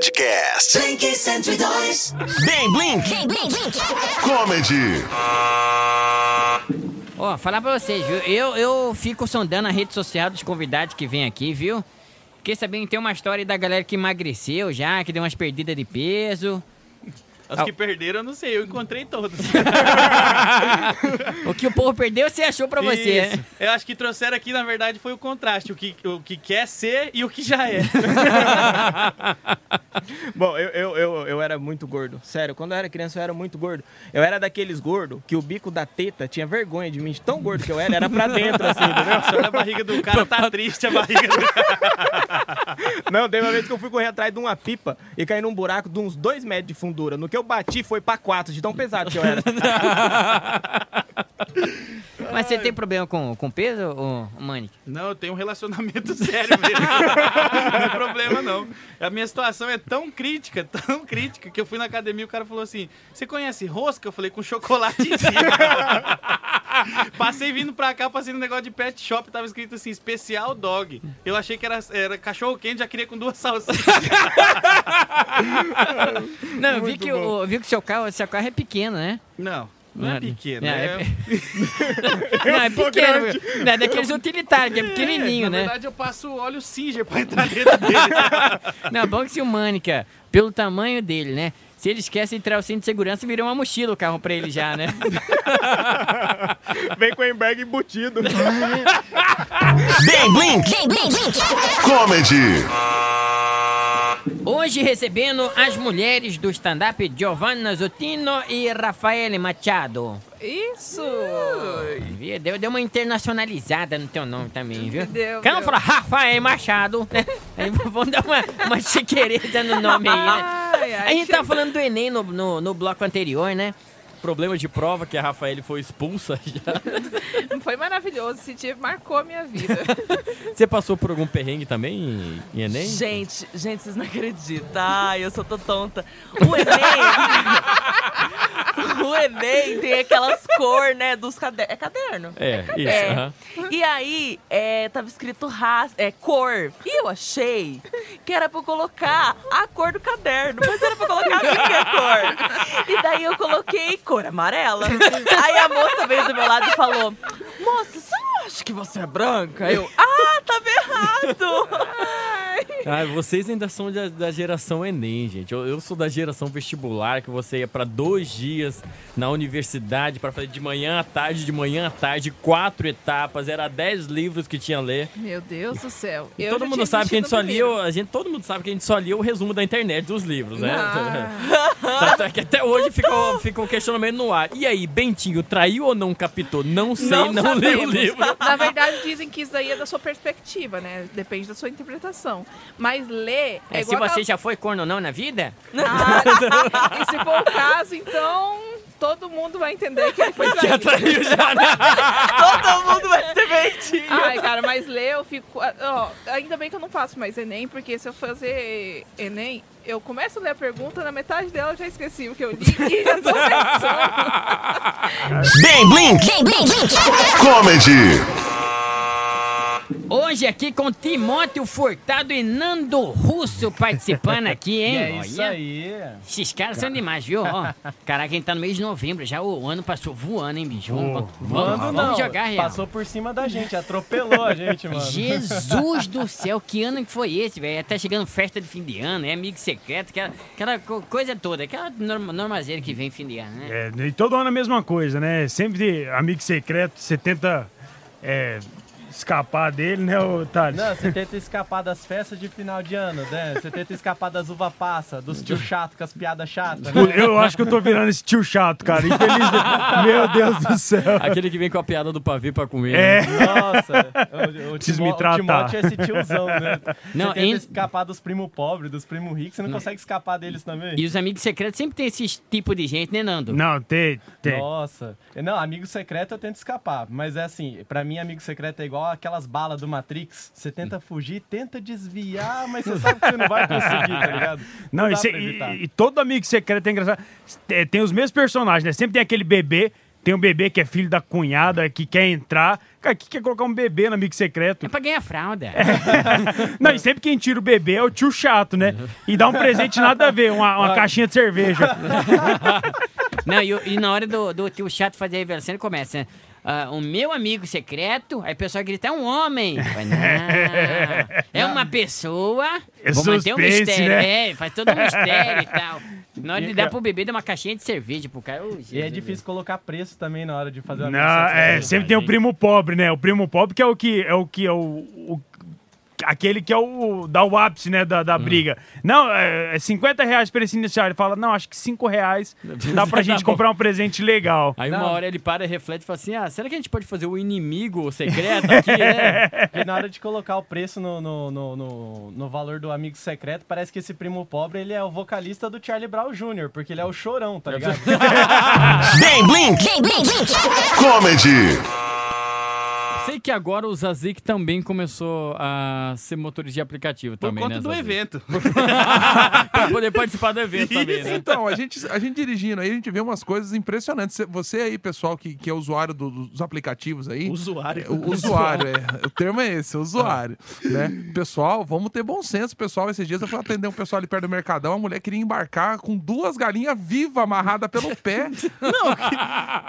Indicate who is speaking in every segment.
Speaker 1: Podcast.
Speaker 2: Blink 102.
Speaker 3: Bem, Blink!
Speaker 1: Comedy.
Speaker 4: Ó, falar pra vocês, viu? Eu, eu fico sondando a rede social dos convidados que vêm aqui, viu? Fiquei sabendo que tem uma história da galera que emagreceu já, que deu umas perdidas de peso.
Speaker 5: As que perderam, eu não sei, eu encontrei todos.
Speaker 4: O que o povo perdeu, você achou pra você.
Speaker 5: Isso.
Speaker 4: né?
Speaker 5: Eu acho que trouxeram aqui, na verdade, foi o contraste, o que, o que quer ser e o que já é.
Speaker 6: Bom, eu, eu, eu, eu era muito gordo. Sério, quando eu era criança eu era muito gordo. Eu era daqueles gordo que o bico da teta tinha vergonha de mim, de tão gordo que eu era, era pra dentro, assim, entendeu?
Speaker 5: Só na barriga do cara tá triste a barriga do cara.
Speaker 6: Não, teve uma vez que eu fui correr atrás de uma pipa e caí num buraco de uns dois metros de fundura. No que eu bati foi pra quatro, de tão pesado que eu era.
Speaker 4: Mas você tem problema com, com peso, ô, ô, Manic?
Speaker 5: Não, eu tenho um relacionamento sério mesmo. não é problema, não. A minha situação é tão crítica, tão crítica, que eu fui na academia e o cara falou assim: Você conhece rosca? Eu falei, com chocolate em cima. passei vindo pra cá, passei no negócio de pet shop, tava escrito assim: especial dog. Eu achei que era, era cachorro quente, já queria com duas salsichas.
Speaker 4: Não, eu vi que, o, vi que seu carro, seu carro é pequeno, né?
Speaker 5: Não, não é
Speaker 4: Nada.
Speaker 5: pequeno.
Speaker 4: Não,
Speaker 5: é, um
Speaker 4: é pe- não, é pequeno. viu? Não, é daqueles utilitários, que é pequenininho,
Speaker 5: na
Speaker 4: né?
Speaker 5: verdade, eu passo óleo Singer pra entrar dentro dele.
Speaker 4: Não, é bom que se o Mânica, pelo tamanho dele, né? Se ele esquece de tirar o cinto de segurança, virou uma mochila o carro pra ele já, né?
Speaker 6: Vem com o embergue embutido.
Speaker 3: Bem, Blink!
Speaker 1: Comedy.
Speaker 4: Hoje recebendo as mulheres do stand-up Giovanna Zottino e Rafaele Machado.
Speaker 7: Isso!
Speaker 4: Viu? Deu, deu uma internacionalizada no teu nome também, viu?
Speaker 7: Deu,
Speaker 4: Quem não
Speaker 7: deu.
Speaker 4: fala Rafaele Machado, né? Aí v- vamos dar uma, uma chiqueireza no nome aí, né?
Speaker 7: Ai,
Speaker 4: A
Speaker 7: ai,
Speaker 4: gente tava falando do Enem no, no, no bloco anterior, né?
Speaker 8: problema de prova que a Rafaele foi expulsa já.
Speaker 7: Foi maravilhoso, esse dia marcou a minha vida.
Speaker 8: Você passou por algum perrengue também em- em Enem?
Speaker 9: Gente, gente, vocês não acreditam. Ai, eu sou tão tonta. O Enem. o Enem tem aquelas cor, né? Dos cadernos. É caderno.
Speaker 8: É, isso.
Speaker 9: É.
Speaker 8: aham.
Speaker 9: E aí, é, tava escrito raça, é, cor. E eu achei que era pra eu colocar a cor do caderno, mas era pra eu colocar a minha cor. E daí eu coloquei cor amarela. Aí a moça veio do meu lado e falou: Moça, você não acha que você é branca? Eu, ah, tava errado. Ai.
Speaker 8: Ah, vocês ainda são da, da geração Enem, gente. Eu, eu sou da geração vestibular, que você ia pra dois dias na universidade pra fazer de manhã à tarde, de manhã à tarde, quatro etapas, era dez livros que tinha a ler.
Speaker 7: Meu Deus do céu.
Speaker 8: E
Speaker 7: Eu
Speaker 8: todo
Speaker 7: já
Speaker 8: mundo
Speaker 7: tinha
Speaker 8: sabe que a gente
Speaker 7: desistido
Speaker 8: só
Speaker 7: do
Speaker 8: lia, o- a gente, todo mundo sabe que a gente só lia o resumo da internet dos livros, né?
Speaker 7: Ah.
Speaker 8: Tanto é que até hoje ficou, ficou um questionamento no ar. E aí, Bentinho, traiu ou não captou? Não sei, não, li o
Speaker 9: sabemos.
Speaker 8: livro.
Speaker 7: Na verdade, dizem que isso daí é da sua perspectiva, né? Depende da sua interpretação. Mas ler é,
Speaker 4: É, se
Speaker 7: igual.
Speaker 4: você já foi corno ou não na vida,
Speaker 7: a- E se for o caso, então todo mundo vai entender que ele foi
Speaker 8: Já
Speaker 7: traído.
Speaker 8: traiu já, né?
Speaker 9: Todo mundo vai ser mentido.
Speaker 7: Ai, cara, mas ler eu fico. ah, Ó, ainda bem que eu não faço mais Enem, porque se eu fazer Enem, eu começo a ler a pergunta, na metade dela eu já esqueci o que eu li e já tô pensando.
Speaker 3: Bem, Blink!
Speaker 1: Comedy.
Speaker 4: hoje aqui com Timóteo Furtado e Nando Russo participando aqui, hein? Olha.
Speaker 6: aí.
Speaker 4: Esses caras são demais, viu? Ó, caraca, a gente tá no mês de novembro já. O ano passou voando, hein, bicho? Vamos, vamos, vamos jogar, real.
Speaker 6: por cima da gente, atropelou a gente,
Speaker 4: Jesus do céu, que ano que foi esse, velho? Tá chegando festa de fim de ano, é amigo secreto, aquela, aquela co- coisa toda, aquela norma, normazeira que vem fim de ano, né?
Speaker 10: É, e todo ano a mesma coisa, né? Sempre de amigo secreto, você tenta é, escapar dele, né, ô Thales?
Speaker 6: Não, você tenta escapar das festas de final de ano, né? Você tenta escapar das uva passa, dos tio chato com as piadas chatas, né?
Speaker 10: Eu acho que eu tô virando esse tio chato, cara. Infeliz. Meu Deus do céu.
Speaker 8: Aquele que vem com a piada do pavê pra comer. né?
Speaker 10: É.
Speaker 6: Nossa, o, o,
Speaker 10: Preciso
Speaker 6: Timó-
Speaker 10: me
Speaker 6: o
Speaker 10: tratar.
Speaker 6: Timóteo é esse tiozão, né?
Speaker 4: Não,
Speaker 6: você tenta
Speaker 4: em-
Speaker 6: escapar dos primos pobres, dos primos ricos, você não consegue escapar deles também?
Speaker 4: E os amigos secretos sempre tem esse tipo de gente, né, Nando?
Speaker 10: Não, tem, tem.
Speaker 6: Nossa. Não, amigo secreto eu tento escapar. Mas é assim, pra mim, amigo secreto é igual aquelas balas do Matrix. Você tenta fugir, tenta desviar, mas você sabe que você não vai conseguir, tá ligado?
Speaker 10: Não, e,
Speaker 6: dá
Speaker 10: cê-
Speaker 6: pra
Speaker 10: e-
Speaker 6: evitar.
Speaker 10: e todo amigo secreto é engraçado. É, Tem os mesmos personagens, né? Sempre tem aquele bebê Tem um bebê que é filho da cunhada, que quer entrar. Cara, que quer colocar um bebê no amigo secreto?
Speaker 4: É pra ganhar fralda.
Speaker 8: É.
Speaker 10: Não, e sempre quem tira o bebê é o tio chato, né? E dá um presente nada a ver, uma, uma caixinha de cerveja.
Speaker 4: Não, e, o- e na hora do, do tio chato fazer a revelação, ele começa, né? Ah, o meu amigo secreto, aí o pessoal grita, é um homem. Mas não, é uma pessoa.
Speaker 10: É
Speaker 4: Vou manter um
Speaker 10: suspense,
Speaker 4: mistério.
Speaker 10: né?
Speaker 4: É, faz todo um mistério e tal. Na hora de dar pro bebê, dá uma caixinha de cerveja pro cara. Ô,
Speaker 6: E é
Speaker 4: Jesus.
Speaker 6: difícil colocar preço também na hora de fazer o amigo
Speaker 10: Não,
Speaker 6: secreto.
Speaker 10: é, sempre tem o primo pobre, né? O primo pobre que é o que é o que é o, o- aquele que é o dá o ápice, né, da, da briga. Não, é, é 50 reais pra esse inicial. Ele fala, não, acho que 5 reais dá pra gente comprar um presente legal.
Speaker 8: Aí uma
Speaker 6: Não.
Speaker 8: hora ele para, reflete e fala assim: ah, será que a gente pode fazer o inimigo secreto aqui, né?
Speaker 6: E na hora de colocar o preço no, no, no, no, no valor do amigo secreto, parece que esse primo pobre ele é o vocalista do Charlie Brown Jr., porque ele é o chorão, tá ligado?
Speaker 5: né,
Speaker 3: Bang blink.
Speaker 1: comedy,
Speaker 8: Sei que agora o Zazik também começou a ser motorista de aplicativo
Speaker 5: Por
Speaker 8: também,
Speaker 5: conta
Speaker 8: né?
Speaker 5: do
Speaker 8: Zazik?
Speaker 5: evento.
Speaker 8: pra poder participar do evento também, né?
Speaker 2: Então, a gente, a gente dirigindo aí, a gente vê umas coisas impressionantes. Cê- Você aí, pessoal, que, que é usuário do- dos aplicativos aí.
Speaker 5: Usuário.
Speaker 2: É,
Speaker 5: Ah.
Speaker 2: o usuário, é. O termo é esse, usuário. Né? Pessoal, vamos ter bom senso, pessoal. Esses dias eu fui atender um pessoal ali perto do Mercadão, a mulher queria embarcar com duas galinhas vivas amarradas pelo pé.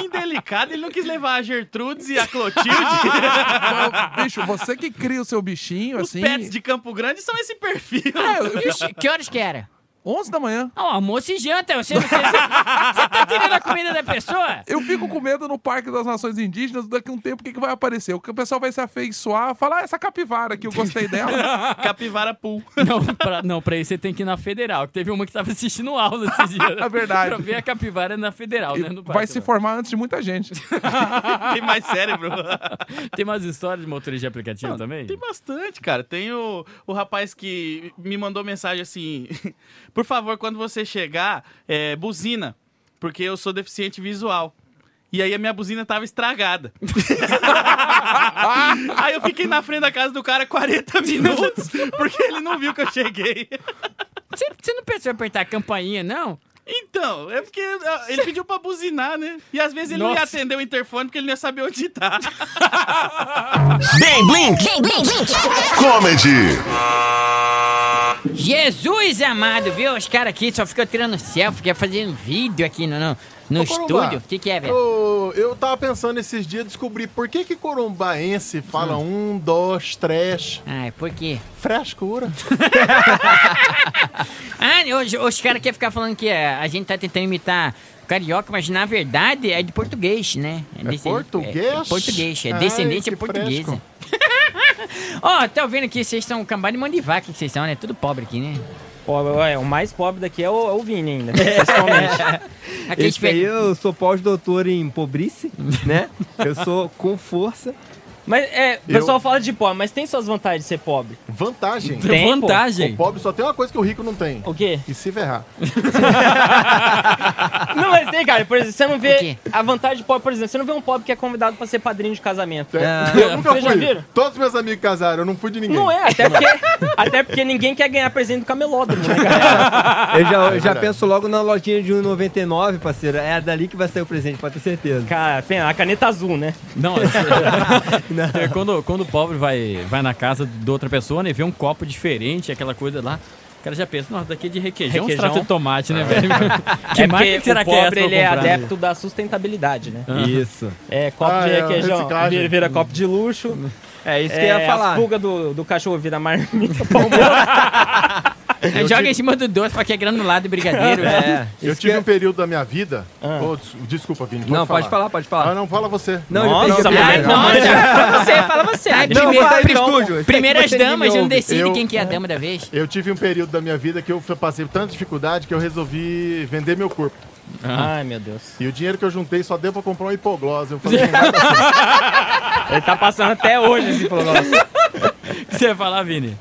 Speaker 5: Que delicado, ele não quis levar a Gertrudes e a Clotilde.
Speaker 2: Então, bicho, você que cria o seu bichinho,
Speaker 5: Os
Speaker 2: assim...
Speaker 5: pets de Campo Grande são esse perfil.
Speaker 2: É, eu fiz
Speaker 4: Ixi, que horas que era?
Speaker 2: 11 da manhã.
Speaker 4: Ah, o almoço e janta. Você, você, você tá tirando a comida da pessoa?
Speaker 2: Eu fico com medo no Parque das Nações Indígenas, daqui a um tempo o que, que vai aparecer? O que o pessoal vai se afeiçoar, falar, ah, essa capivara aqui, eu gostei dela.
Speaker 5: Capivara Pool.
Speaker 8: Não, pra, não, pra isso você tem que ir na Federal. que Teve uma que tava assistindo aula esses dias.
Speaker 2: É verdade.
Speaker 8: Pra ver a capivara na Federal, né? No
Speaker 2: vai
Speaker 8: parque
Speaker 2: se
Speaker 8: lá.
Speaker 2: formar antes de muita gente.
Speaker 5: Tem mais cérebro.
Speaker 8: Tem mais histórias de motorista de aplicativo
Speaker 5: Não,
Speaker 8: também?
Speaker 5: Tem bastante, cara. Tem o, o rapaz que me mandou mensagem assim: por favor, quando você chegar, é, buzina, porque eu sou deficiente visual. E aí a minha buzina tava estragada. aí eu fiquei na frente da casa do cara 40 minutos, porque ele não viu que eu cheguei.
Speaker 4: Você, você não pensou em apertar a campainha, não?
Speaker 5: Então, é porque ah, ele pediu pra buzinar, né? E às vezes ele não ia
Speaker 8: Nossa.
Speaker 5: atender o interfone porque ele não ia saber onde tá.
Speaker 3: Bang blink.
Speaker 1: comedy,
Speaker 4: Jesus amado, viu? Os caras aqui só ficam tirando selfie, quer fazendo vídeo aqui no, no, no estúdio. O que, que é, velho?
Speaker 11: Eu, eu tava pensando esses dias, descobri por que que corumbaense fala
Speaker 12: Hum.
Speaker 11: um, dois, três,
Speaker 4: Ai, por quê?
Speaker 11: frescura.
Speaker 4: Ah, os, os caras querem ficar falando que é, a gente tá tentando imitar carioca, mas na verdade é de português, né? É, descendente-
Speaker 11: português?
Speaker 4: É, é português, é
Speaker 11: Ai,
Speaker 4: descendência
Speaker 11: que
Speaker 4: portuguesa.
Speaker 11: fresco.
Speaker 4: Ó, tá vendo aqui, vocês são um cambado de mão de vaca que vocês são, né? Tudo pobre aqui, né?
Speaker 12: o mais pobre daqui é o, é o Vini ainda, principalmente.
Speaker 4: Aqui é a gente
Speaker 12: Esse aí
Speaker 4: pega-
Speaker 12: eu sou pós-doutor em pobrice, né? Eu sou com força. Mas é, o pessoal fala de pobre, mas tem suas vantagens de ser pobre.
Speaker 11: Vantagem.
Speaker 12: Tem, pô.
Speaker 8: vantagem.
Speaker 11: O pobre só tem uma coisa que o rico não tem.
Speaker 12: O quê?
Speaker 11: E se ferrar.
Speaker 12: Não, mas tem, cara. Por exemplo, você não
Speaker 4: O
Speaker 12: vê
Speaker 4: quê?
Speaker 12: a vantagem de pobre, por exemplo, você não vê um pobre que é convidado pra ser padrinho de casamento.
Speaker 11: É. eu nunca
Speaker 12: Vocês já
Speaker 11: fui.
Speaker 12: viram?
Speaker 11: Todos os meus amigos casaram, eu não fui de ninguém.
Speaker 12: Não é, até porque, até porque ninguém quer ganhar presente do camelódromo, né, Eu já,
Speaker 11: É já verdade. penso
Speaker 12: logo na lojinha de 1,99, parceiro. É dali que vai sair o presente, pode ter certeza. Cara, pena, a caneta azul, né?
Speaker 8: Não, assim, é, quando, quando o pobre vai, vai na casa de outra pessoa, né? Vê um copo diferente, aquela coisa lá. O cara já pensa, nossa, daqui é de requeijão,
Speaker 12: Requeijão.
Speaker 8: requeijão. de tomate, né, velho? que
Speaker 12: é
Speaker 8: marca
Speaker 12: porque
Speaker 8: que será
Speaker 12: o
Speaker 8: que é essa
Speaker 12: pobre,
Speaker 8: pra eu
Speaker 12: ele é
Speaker 8: comprar, né?
Speaker 12: adepto da sustentabilidade, né?
Speaker 2: Isso.
Speaker 12: É, copo
Speaker 11: Ah,
Speaker 12: de
Speaker 11: é,
Speaker 12: requeijão
Speaker 11: reciclagem.
Speaker 12: vira, vira copo de luxo.
Speaker 8: É isso
Speaker 12: É, as pulgas do, do cachorro vira marmita.
Speaker 4: joga em cima do doce pra que é granulado e brigadeiro. né?
Speaker 12: É,
Speaker 11: Eu tive um período da minha vida. Ô, des- desculpa, Vini.
Speaker 12: Não, pode falar, pode falar.
Speaker 11: Ah, não, fala você.
Speaker 12: Nossa,
Speaker 4: Ai,
Speaker 12: moleque.
Speaker 4: nossa.
Speaker 9: Fala você, fala você.
Speaker 10: Ah,
Speaker 4: Ai,
Speaker 12: Não,
Speaker 4: primeiro-
Speaker 12: vai, então.
Speaker 4: primeiro- Primeiras
Speaker 12: Você me
Speaker 4: damas, não
Speaker 12: ouve.
Speaker 4: decide
Speaker 11: Eu-
Speaker 4: quem que é a dama da vez.
Speaker 11: Eu tive um período da minha vida que eu passei tanta dificuldade que eu resolvi vender meu corpo.
Speaker 12: Ai, meu Deus.
Speaker 11: E o dinheiro que eu juntei só deu pra comprar uma hipoglose. Eu falei, não vai dar certo.
Speaker 12: Ele tá passando até hoje esse programa.
Speaker 8: O que você vai falar, Vini?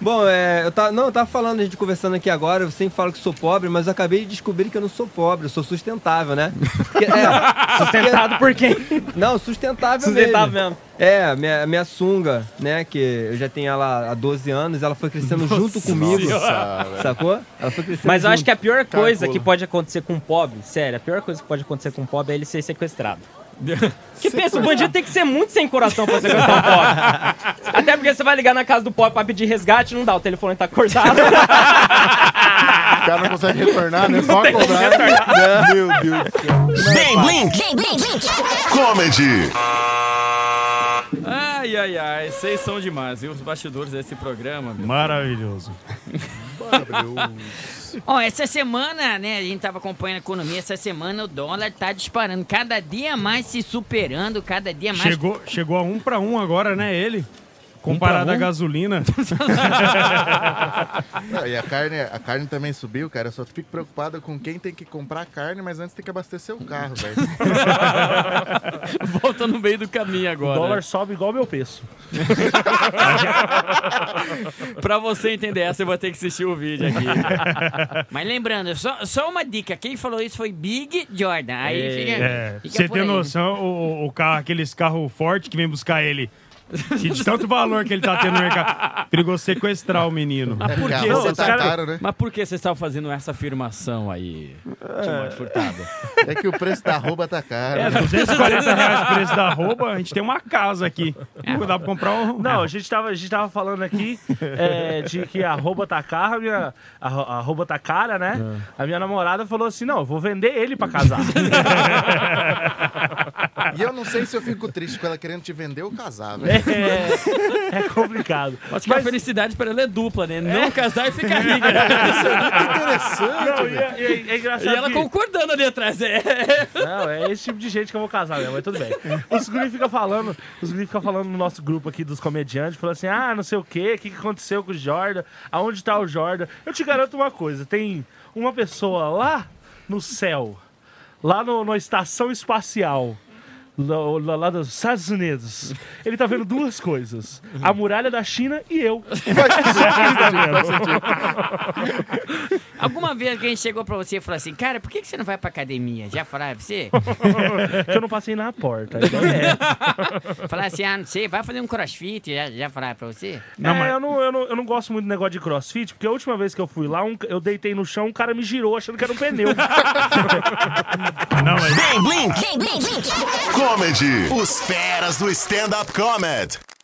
Speaker 12: Bom, é, eu tava, não, eu tava falando, a gente conversando aqui agora, eu sempre falo que sou pobre, mas eu acabei de descobrir que eu não sou pobre, eu sou sustentável, né? Porque- é,
Speaker 10: Sustentado por quem?
Speaker 12: Não, sustentável,
Speaker 10: Sustentável
Speaker 12: mesmo. É, minha, minha sunga, né, que eu já tenho ela há 12 anos, ela foi crescendo junto comigo,
Speaker 10: Senhora.
Speaker 12: sacou? Ela foi crescendo
Speaker 13: Mas eu acho que a pior coisa
Speaker 12: que
Speaker 13: que pode acontecer com um pobre, sério, a pior coisa que pode acontecer com um pobre é ele ser sequestrado. Que pensa, o bandido tem que ser muito sem coração pra sequestrar um pobre. Até porque você vai ligar na casa do pobre pra pedir resgate, não dá, o telefone tá cortado.
Speaker 11: O cara não consegue retornar, né? Só
Speaker 13: tem como
Speaker 11: cobrar. Meu Deus do céu.
Speaker 3: Bem Blink.
Speaker 1: Comedy.
Speaker 8: Ai, ai, ai, vocês são demais, viu? Os bastidores desse programa. meu.
Speaker 10: Maravilhoso.
Speaker 4: Ó, essa semana, né, a gente tava acompanhando a economia, essa semana o dólar tá disparando, cada dia mais se superando, cada dia mais...
Speaker 10: Chegou, chegou a um pra um agora, né, ele? Comparado
Speaker 4: pra um?
Speaker 10: à gasolina.
Speaker 11: Não, e a carne, a carne também subiu, cara. Eu só fico preocupado com quem tem que comprar carne, mas antes tem que abastecer o carro, velho.
Speaker 8: Volta no meio do caminho agora.
Speaker 14: O dólar sobe igual meu preço.
Speaker 8: pra você entender essa, você vai ter que assistir o vídeo aqui.
Speaker 4: Mas lembrando, só, só uma dica, quem falou isso foi Big Jordan, aí
Speaker 10: É.
Speaker 4: fica,
Speaker 10: É,
Speaker 4: fica
Speaker 10: você
Speaker 4: por
Speaker 10: tem
Speaker 4: aí, né?
Speaker 10: noção, o, o carro, aqueles carros fortes que vem buscar ele. Que de tanto valor que ele tá tendo no mercado. Perigou sequestrar o menino.
Speaker 12: É
Speaker 8: Mas por, que
Speaker 10: Não,
Speaker 8: você
Speaker 12: tá,
Speaker 11: tá
Speaker 8: tá-
Speaker 10: os cara-
Speaker 11: né?
Speaker 8: Mas por que você estava fazendo essa afirmação aí, Timóteo Furtado?
Speaker 11: É que o preço da rouba tá caro.
Speaker 10: É, 240 reais o preço da roupa, a gente tem uma casa aqui. Não dá pra comprar um.
Speaker 14: Não, a gente tava, a gente tava falando aqui é, de que a roupa tá cara, a, minha, a, ro- a roupa tá cara, né? A minha namorada falou assim: não, eu vou vender ele pra casar.
Speaker 11: E eu não sei se eu fico triste com ela querendo te vender ou casar, velho.
Speaker 14: É, é complicado.
Speaker 8: Acho que a felicidade para ela é dupla, né? Não casar e ficar rica. né?
Speaker 14: Não, e é- e é- é engraçado
Speaker 8: E ela
Speaker 14: que-
Speaker 8: concordando ali atrás. É.
Speaker 14: Não, é esse tipo de gente que eu vou casar, né? Mas tudo bem. Os guri ficam falando, os guri ficam falando no nosso grupo aqui dos comediantes, falando assim, ah, não sei o quê, o que que aconteceu com o Jordan, aonde tá o Jordan. Eu te garanto uma coisa, tem uma pessoa lá no céu, lá no, na estação espacial, lá, lá- lá dos Estados Unidos, ele tá vendo duas coisas, a muralha da China e eu.
Speaker 4: Alguma vez alguém chegou pra você e falou assim, cara, por que, que você não vai pra academia? Já falaram pra você?
Speaker 14: que eu não passei na porta. Então é.
Speaker 4: Falaram assim, ah, não sei, vai fazer um crossfit, já, já falaram pra você?
Speaker 14: é, eu, não, eu, não, eu não gosto muito do negócio de crossfit, porque a última vez que eu fui lá, um- eu deitei no chão, um cara me girou achando que era um pneu.
Speaker 10: Não, mas...
Speaker 1: Comedy. Os feras do stand-up comedy.